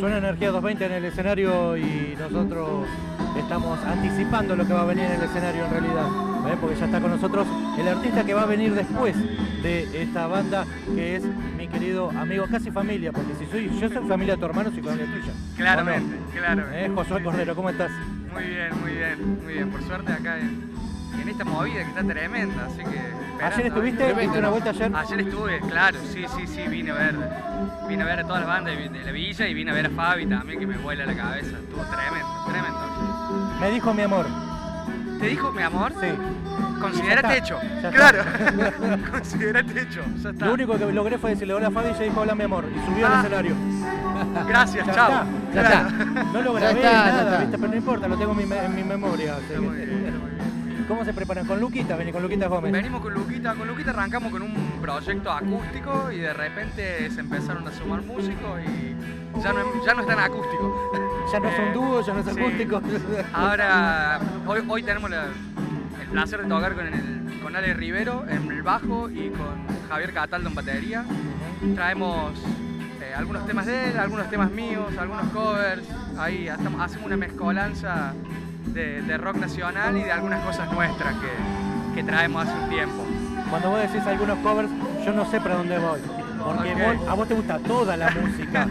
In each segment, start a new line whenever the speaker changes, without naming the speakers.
Suena Energía 220 en el escenario y nosotros estamos anticipando lo que va a venir en el escenario en realidad, ¿eh? porque ya está con nosotros el artista que va a venir después de esta banda, que es mi querido amigo, casi familia, porque si soy yo soy familia de tu hermano, soy familia tuya.
Claramente,
¿o no?
claramente.
¿Eh? Josué Cordero, ¿cómo estás?
Muy bien, muy bien, muy bien. Por suerte acá en, en esta movida que está tremenda, así que... esperando.
¿Ayer estuviste? ¿Viste una vuelta ayer?
Ayer estuve, claro, sí, sí, sí, vine a ver. Vine a ver a todas las bandas de la villa y vine a ver a Fabi también, que me vuela la cabeza. Estuvo tremendo, tremendo.
Me dijo mi amor.
¿Te dijo mi amor?
Sí.
Considérate
Ya está,
hecho.
ya está.
Claro. Considérate hecho. Ya está.
Lo único que logré fue decirle hola Fabi y ella dijo hola mi amor y subió
Ah,
al escenario.
Gracias,
Ya
chao.
está,
ya
Claro.
No lo
Ya
grabé,
está, ya
nada,
está.
¿viste? pero no importa, lo tengo en mi, me- en mi memoria. así
Está
que-
muy bien, está muy bien.
¿Cómo se preparan? Con Luquita, vení con Luquita Gómez.
Venimos con Luquita, con Luquita arrancamos con un proyecto acústico y de repente se empezaron a sumar músicos y ya no, ya no es tan acústico.
Ya no son
Eh,
dúos, ya no es
sí.
acústico.
Ahora, hoy, hoy tenemos la- el placer de tocar con, el, con Ale Rivero en el bajo y con Javier Cataldo en batería. Traemos eh, algunos temas de él, algunos temas míos, algunos covers. Ahí hacemos hacemos una mezcolanza de, de rock nacional y de algunas cosas nuestras que, que traemos hace un tiempo.
Cuando vos decís algunos covers, yo no sé para dónde voy. Porque
Ok.
vos- a vos te gusta toda la música.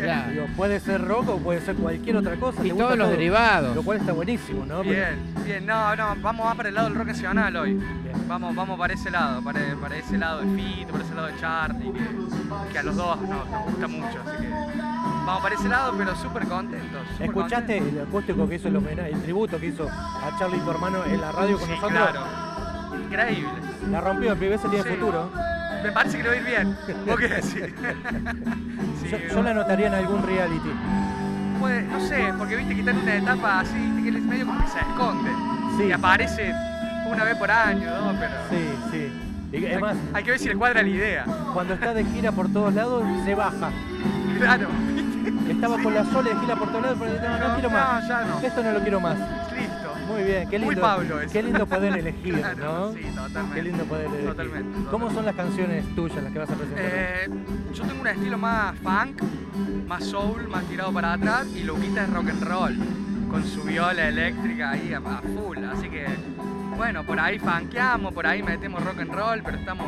Claro.
Digo, puede ser rock o puede ser cualquier otra cosa.
Y
te gusta
todos los
todo.
derivados.
Lo cual está buenísimo, ¿no? Porque-
Bien, bien, no, no, vamos más para el lado del rock nacional hoy. Vamos, vamos para ese lado, para, para ese lado de Fito, para ese lado de Charlie, que, que a los dos nos, nos gusta mucho, así que vamos para ese lado, pero súper contentos. súper
¿Escuchaste el acústico que hizo el homenaje, el tributo que hizo a Charlie, tu hermano, en la radio
contentos.
con
Sí,
nosotros?
claro. Increíble.
La rompió, el pibe ese tiene
Sí.
futuro.
Me parece que le va a ir bien. ¿Vos qué decís? Sí,
yo, yo la anotaría en algún reality.
puede- no sé, porque viste que está en una etapa así, viste que él es medio como que se esconde.
Sí.
Y aparece una vez por año, dos, pero.
Sí, sí. Y es
Hay-
más,
hay que ver si le cuadra la idea.
cuando está de gira por todos lados, se baja.
Claro,
Estaba con la sola de gira por todos lados, pero no, no
No,
quiero
no,
más.
ya no.
Esto no lo quiero más.
listo.
Muy bien, qué
Muy
lindo.
Pablo eso.
Qué lindo poder elegir,
Claro,
¿no?
sí, totalmente.
Qué lindo poder elegir.
Totalmente,
¿Cómo son las canciones tuyas las que vas a presentar?
Eh, yo tengo un estilo más funk, más soul, más tirado para atrás y Luquita es rock and roll, con su viola eléctrica ahí a, a full. Así que, bueno, por ahí funkeamos, por ahí metemos rock and roll, pero estamos,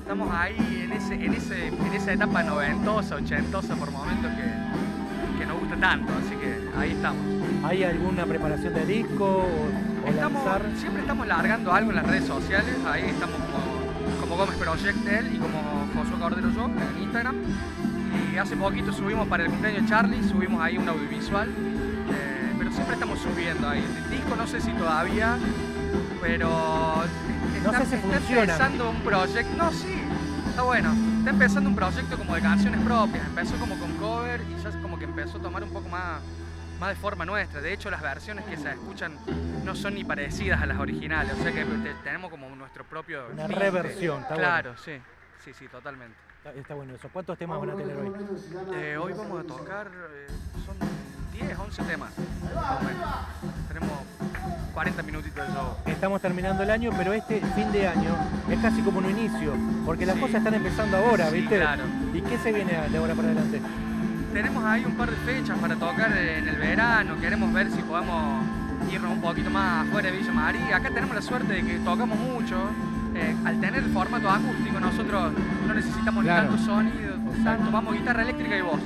estamos ahí en, ese, en, ese, en esa etapa noventosa, ochentosa por momentos que, que nos gusta tanto. Así que ahí estamos.
¿Hay alguna preparación de disco o, o
Estamos-
lanzar?
siempre estamos largando algo en las redes sociales, ahí estamos como, como Gómez Project él y como Josué Cordero yo en Instagram. Y hace poquito subimos para el cumpleaños de Charlie, subimos ahí un audiovisual, eh, pero siempre estamos subiendo ahí. El disco no sé si todavía, pero
No
está,
sé si
está
funciona.
empezando un proyecto, no sí, está bueno, está empezando un proyecto como de canciones propias, empezó como con cover y ya es como que empezó a tomar un poco más más de forma nuestra. De hecho, las versiones que se escuchan no son ni parecidas a las originales. O sea que te- tenemos como nuestro propio.
Una
tinte.
reversión, está
Claro, sí. Sí, sí, totalmente.
Está, está bueno eso. ¿Cuántos temas van a tener hoy?
Eh, hoy vamos a tocar. eh, son 10, 11 temas. más o menos. Tenemos 40 minutitos de show.
Estamos terminando el año, pero este fin de año es casi como un inicio, porque las
Sí.
cosas están empezando ahora,
Sí,
¿viste?
claro.
¿Y qué se viene de ahora para adelante?
Tenemos ahí un par de fechas para tocar en el verano. Queremos ver si podemos irnos un poquito más afuera de Villa María. Acá tenemos la suerte de que tocamos mucho. Eh, al tener el formato acústico, nosotros no necesitamos ni
Claro.
tanto sonido, tanto. Vamos guitarra eléctrica y voz.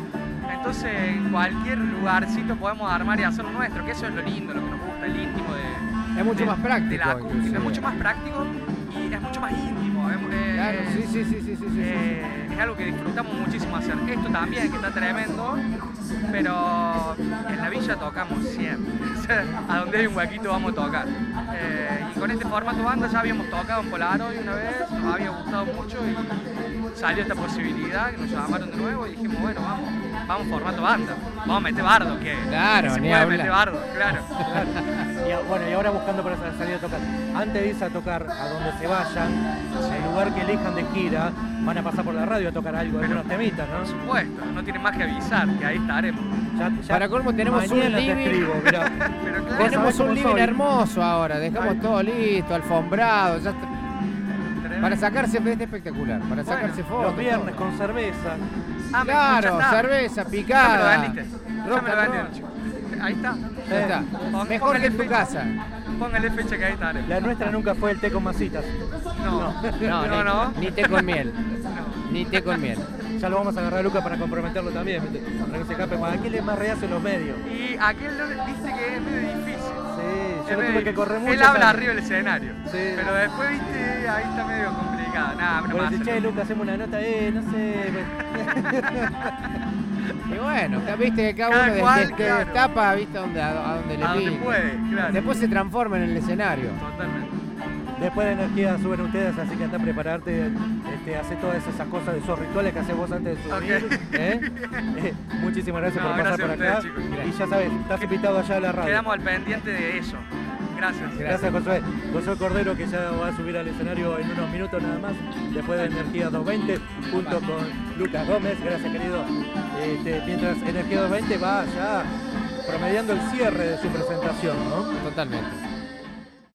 Entonces, en cualquier lugarcito podemos armar y hacer lo nuestro, que eso es lo lindo, lo que nos gusta, el íntimo de.
Es mucho
del-
más práctico,
de la acústica.
inclusive.
Es mucho más práctico y es mucho más íntimo. Eh,
Claro, sí, sí, sí, sí, sí, sí, sí.
eh, es algo que disfrutamos muchísimo hacer. Esto también, que está tremendo, pero en la villa tocamos siempre. O sea, a donde hay un huequito vamos a tocar. Eh, y con este formato banda ya habíamos tocado en Polaroid una vez, nos había gustado mucho y salió esta posibilidad, que nos llamaron de nuevo y dijimos, bueno, vamos, vamos formato banda, vamos a meter bardo, que
Claro,
que se
ni
puede
hablar.
meter bardo, claro.
Y a- bueno, y ahora buscando para sa- salir a tocar. Antes de irse a tocar a donde se vayan, al lugar que elijan de gira, van a pasar por la radio a tocar algo,
Pero-
algunos temitas,
Por
¿no?
supuesto, no tiene más que avisar, que ahí estaremos.
Ya- ya
Para colmo tenemos un
mañana te
living.
escribo, mirá.
Pero claro,
sabés
Tenemos
cómo
un living
soy.
hermoso ahora, dejamos
Ay.
todo listo, alfombrado, ya está-
tremendo.
para sacarse, es espectacular, para sacarse
Los
fotos.
Los viernes
todo.
con cerveza,
Ah, me- ya
claro,
está.
cerveza,
Ya me lo
picada.
vendiste. Ya
rock
me lo
and
vendieron, chicos. Ahí está.
roll. Ya está.
Pon-
Eh, Mejor
póngale
que en tu
fecha.
casa.
Póngale fecha que ahí estaré.
La nuestra nunca fue el té con masitas.
No, no, no.
ni,
no.
ni té con miel. Ni té con miel.
Ya lo vamos a agarrar a Lucas para comprometerlo también, ¿viste? para que se escape. Bueno, Aquí le más rehace los medios.
Y aquel no- dice que es medio difícil.
Sí,
Es
yo lo
medio
tuve que correr
difícil.
mucho.
Él habla
para-
arriba del escenario.
Sí.
Pero después, viste, ahí está medio complicado. Nada, no
Bueno, dice, che,
más.
Lucas, hacemos una nota, eh, no sé.
Y bueno, ya viste que cada,
Cada
uno des-
cual,
des- te
claro.
destapa, viste, a donde, a donde le
A donde
pica.
puede, claro.
Después se transforma en el escenario.
Totalmente.
Después de energía suben ustedes, así que anda a prepararte, este, hace todas esas cosas, esos rituales que haces vos antes de subir.
Ok.
¿eh? Eh, muchísimas gracias
No,
por pasar
gracias
por
a
acá.
ustedes, chicos.
y ya sabes, estás invitado allá a la radio.
Quedamos al pendiente de eso. Gracias.
Gracias, Josué. Josué Cordero, que ya va a subir al escenario en unos minutos nada más, después de Energía 220, junto con Lucas Gómez. Gracias, querido. Este, mientras Energía 220 va ya promediando el cierre de su presentación, ¿no?
Totalmente.